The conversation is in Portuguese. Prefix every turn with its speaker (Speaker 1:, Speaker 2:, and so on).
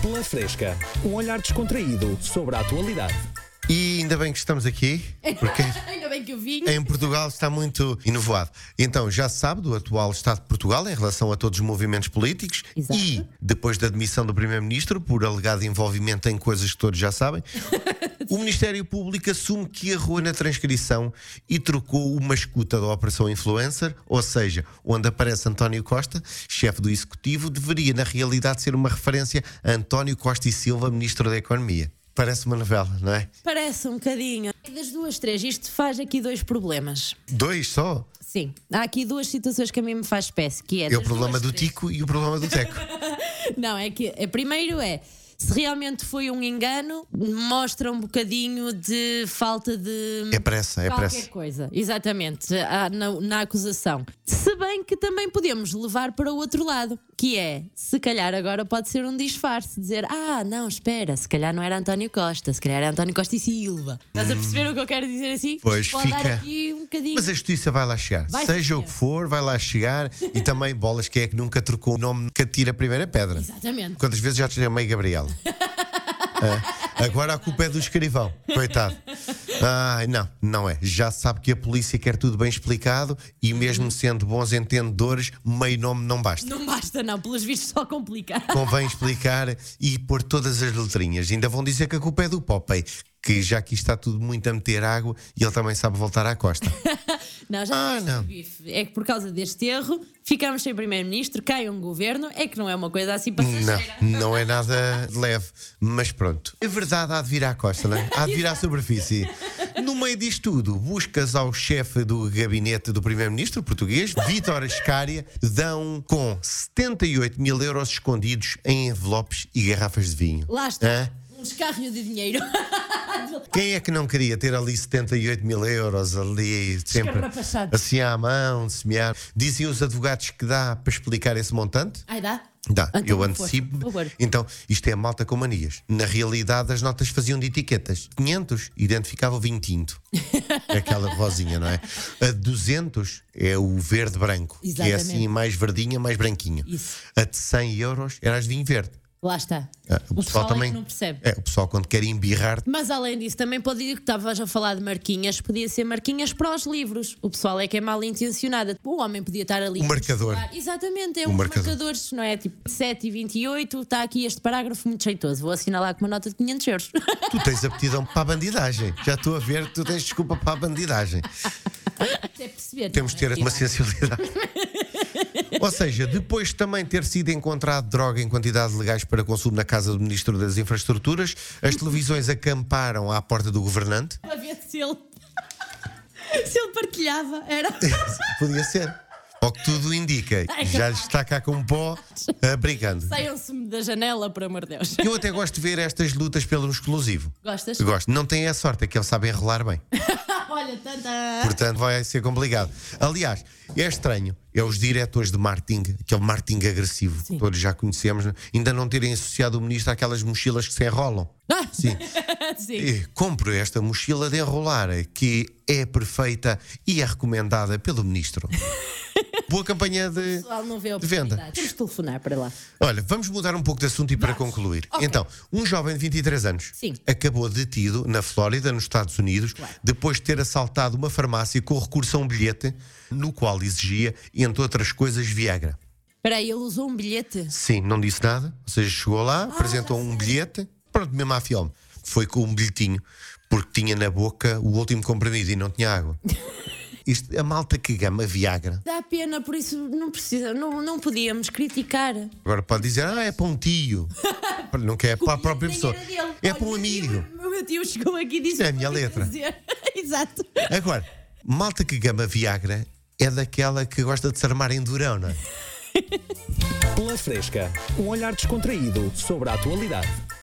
Speaker 1: Pela Fresca, um olhar descontraído sobre a atualidade.
Speaker 2: E ainda bem que estamos aqui, porque
Speaker 3: Ainda bem que eu vim.
Speaker 2: em Portugal está muito inovoado. Então, já se sabe do atual Estado de Portugal em relação a todos os movimentos políticos
Speaker 3: Exato.
Speaker 2: e, depois da demissão do Primeiro-Ministro por alegado envolvimento em coisas que todos já sabem, o Ministério Público assume que errou na transcrição e trocou uma escuta da Operação Influencer, ou seja, onde aparece António Costa, chefe do Executivo, deveria na realidade ser uma referência a António Costa e Silva, Ministro da Economia. Parece uma novela, não é?
Speaker 3: Parece um bocadinho. Das duas, três, isto faz aqui dois problemas.
Speaker 2: Dois só?
Speaker 3: Sim, há aqui duas situações que a mim me faz espécie, que é...
Speaker 2: É o
Speaker 3: das
Speaker 2: problema
Speaker 3: duas,
Speaker 2: do
Speaker 3: três.
Speaker 2: Tico e o problema do Teco.
Speaker 3: Não, é que é, primeiro é se realmente foi um engano, mostra um bocadinho de falta de
Speaker 2: É pressa, é
Speaker 3: qualquer
Speaker 2: pressa.
Speaker 3: coisa. Exatamente, há na, na acusação. Se bem que também podemos levar para o outro lado, que é se calhar agora pode ser um disfarce, dizer ah, não, espera, se calhar não era António Costa, se calhar era António Costa e Silva. Estás a perceber o que eu quero dizer assim?
Speaker 2: Hum. Pois,
Speaker 3: pode
Speaker 2: fica.
Speaker 3: dar aqui um bocadinho.
Speaker 2: Mas é- a justiça vai lá chegar.
Speaker 3: Vai
Speaker 2: Seja
Speaker 3: chegar.
Speaker 2: o que for, vai lá chegar. E também, bolas, quem é que nunca trocou o nome que atira a primeira pedra?
Speaker 3: Exatamente.
Speaker 2: Quantas vezes já te chamei Gabriel? Ah, agora a culpa é do escrivão, coitado. Ai, não, não é. Já se sabe que a polícia quer tudo bem explicado e, mesmo sendo bons entendedores, meio nome não basta.
Speaker 3: Não basta, não, pelos vistos só complica.
Speaker 2: Convém explicar e pôr todas as letrinhas. Ainda vão dizer que a culpa é do Popeye, que já aqui está tudo muito a meter água e ele também sabe voltar à costa.
Speaker 3: Não, já
Speaker 2: Ah,
Speaker 3: ah,
Speaker 2: não.
Speaker 3: não. bife. É que por causa deste erro ficamos sem primeiro-ministro, cai um governo, é que não é uma coisa assim passageira.
Speaker 2: Não, não é nada leve, mas pronto. A verdade há de vir à costa, não é? Há de vir à superfície. No meio disto tudo, buscas ao chefe do gabinete do primeiro-ministro português, Vítor Ascária, dão com 78 mil euros escondidos em envelopes e garrafas de vinho.
Speaker 3: Lá está.
Speaker 2: Hã?
Speaker 3: Um descarrio de dinheiro.
Speaker 2: Quem é que não queria ter ali 78 mil euros ali, sempre
Speaker 3: Escarrapachados.
Speaker 2: assim à mão, semear? Dizem os advogados que dá para explicar esse montante?
Speaker 3: Ai, dá?
Speaker 2: Dá,
Speaker 3: Então,
Speaker 2: eu
Speaker 3: por favor,
Speaker 2: antecipo.
Speaker 3: por favor.
Speaker 2: Então, isto é malta com manias. Na realidade, as notas faziam de etiquetas. 500 identificava o vinho tinto, aquela rosinha, não é? A 200 é o verde-branco, que é
Speaker 3: Exatamente.
Speaker 2: assim mais verdinha, mais branquinho.
Speaker 3: Isso.
Speaker 2: A de 100 euros era as de vinho verde.
Speaker 3: Lá está.
Speaker 2: Ah,
Speaker 3: o pessoal, é que não percebe.
Speaker 2: É, o pessoal, quando quer embirrar,
Speaker 3: Mas além disso, também pode dizer que estavas a falar de marquinhas, podia ser marquinhas para os livros. O pessoal é que é mal intencionado. O homem podia estar ali.
Speaker 2: O marcador.
Speaker 3: Ah, Exatamente, é
Speaker 2: O
Speaker 3: um
Speaker 2: marcador.
Speaker 3: marcadores, não é? Tipo 7 e 28, está aqui este parágrafo muito jeitoso. Vou assinalar com uma nota de 500 euros.
Speaker 2: tu tens aptidão para a bandidagem. Já estou a ver, que tu tens desculpa para a bandidagem.
Speaker 3: Até perceber.
Speaker 2: Temos
Speaker 3: não
Speaker 2: de
Speaker 3: é?
Speaker 2: ter uma
Speaker 3: Tirar.
Speaker 2: sensibilidade. Ou seja, depois de também ter sido encontrado droga em quantidades legais para consumo na casa do Ministro das Infraestruturas, as televisões acamparam à porta do governante.
Speaker 3: para ver se ele. se ele partilhava. Era.
Speaker 2: É. Podia ser. Ao que tudo indica,
Speaker 3: Ai,
Speaker 2: já lhe está cá com pó ah, brigando.
Speaker 3: Saiam-se-me da janela, por amor de Deus.
Speaker 2: Eu até gosto de ver estas lutas pelo exclusivo.
Speaker 3: Gostas?
Speaker 2: Gosto. Não tem a sorte, é que ele sabe enrolar bem.
Speaker 3: Olha, tanta.
Speaker 2: Portanto, vai ser complicado. Aliás, é estranho. É os diretores de marketing, aquele marketing agressivo, que todos já conhecemos, né? ainda não terem associado o ministro àquelas mochilas que se enrolam.
Speaker 3: Ah!
Speaker 2: Sim.
Speaker 3: Sim.
Speaker 2: E compro esta mochila de enrolar, que é perfeita e é recomendada pelo ministro. Boa campanha de.
Speaker 3: O pessoal não vê a
Speaker 2: De venda.
Speaker 3: oportunidade. Temos de telefonar para lá.
Speaker 2: Olha, vamos mudar um pouco de assunto e para concluir.
Speaker 3: Ok.
Speaker 2: Então, um jovem de 23 anos
Speaker 3: Sim.
Speaker 2: acabou detido na Flórida, nos Estados Unidos, depois de ter assaltado uma farmácia com recurso a um bilhete no qual exigia, entre outras coisas, Viagra.
Speaker 3: Espera aí, ele usou um bilhete.
Speaker 2: Sim, não disse nada, ou seja, chegou lá,
Speaker 3: Ah,
Speaker 2: apresentou um bilhete, pronto, mesmo à filme. Foi com um bilhetinho, porque tinha na boca o último comprimido e não tinha água. Isto, a malta que gama Viagra.
Speaker 3: Dá pena, por isso não precisa, não, não podíamos criticar.
Speaker 2: Agora pode dizer, ah, é para um tio. Não quer, é para a própria
Speaker 3: Nem
Speaker 2: pessoa.
Speaker 3: era dele.
Speaker 2: É para um
Speaker 3: Olha,
Speaker 2: amigo.
Speaker 3: O meu- meu tio chegou aqui e disse:
Speaker 2: É a minha
Speaker 3: "Vou-lhe
Speaker 2: letra."
Speaker 3: trazer. Exato.
Speaker 2: Agora, malta que gama Viagra é daquela que gosta de se armar em durão, não é?
Speaker 1: Pela Fresca, um olhar descontraído sobre a atualidade.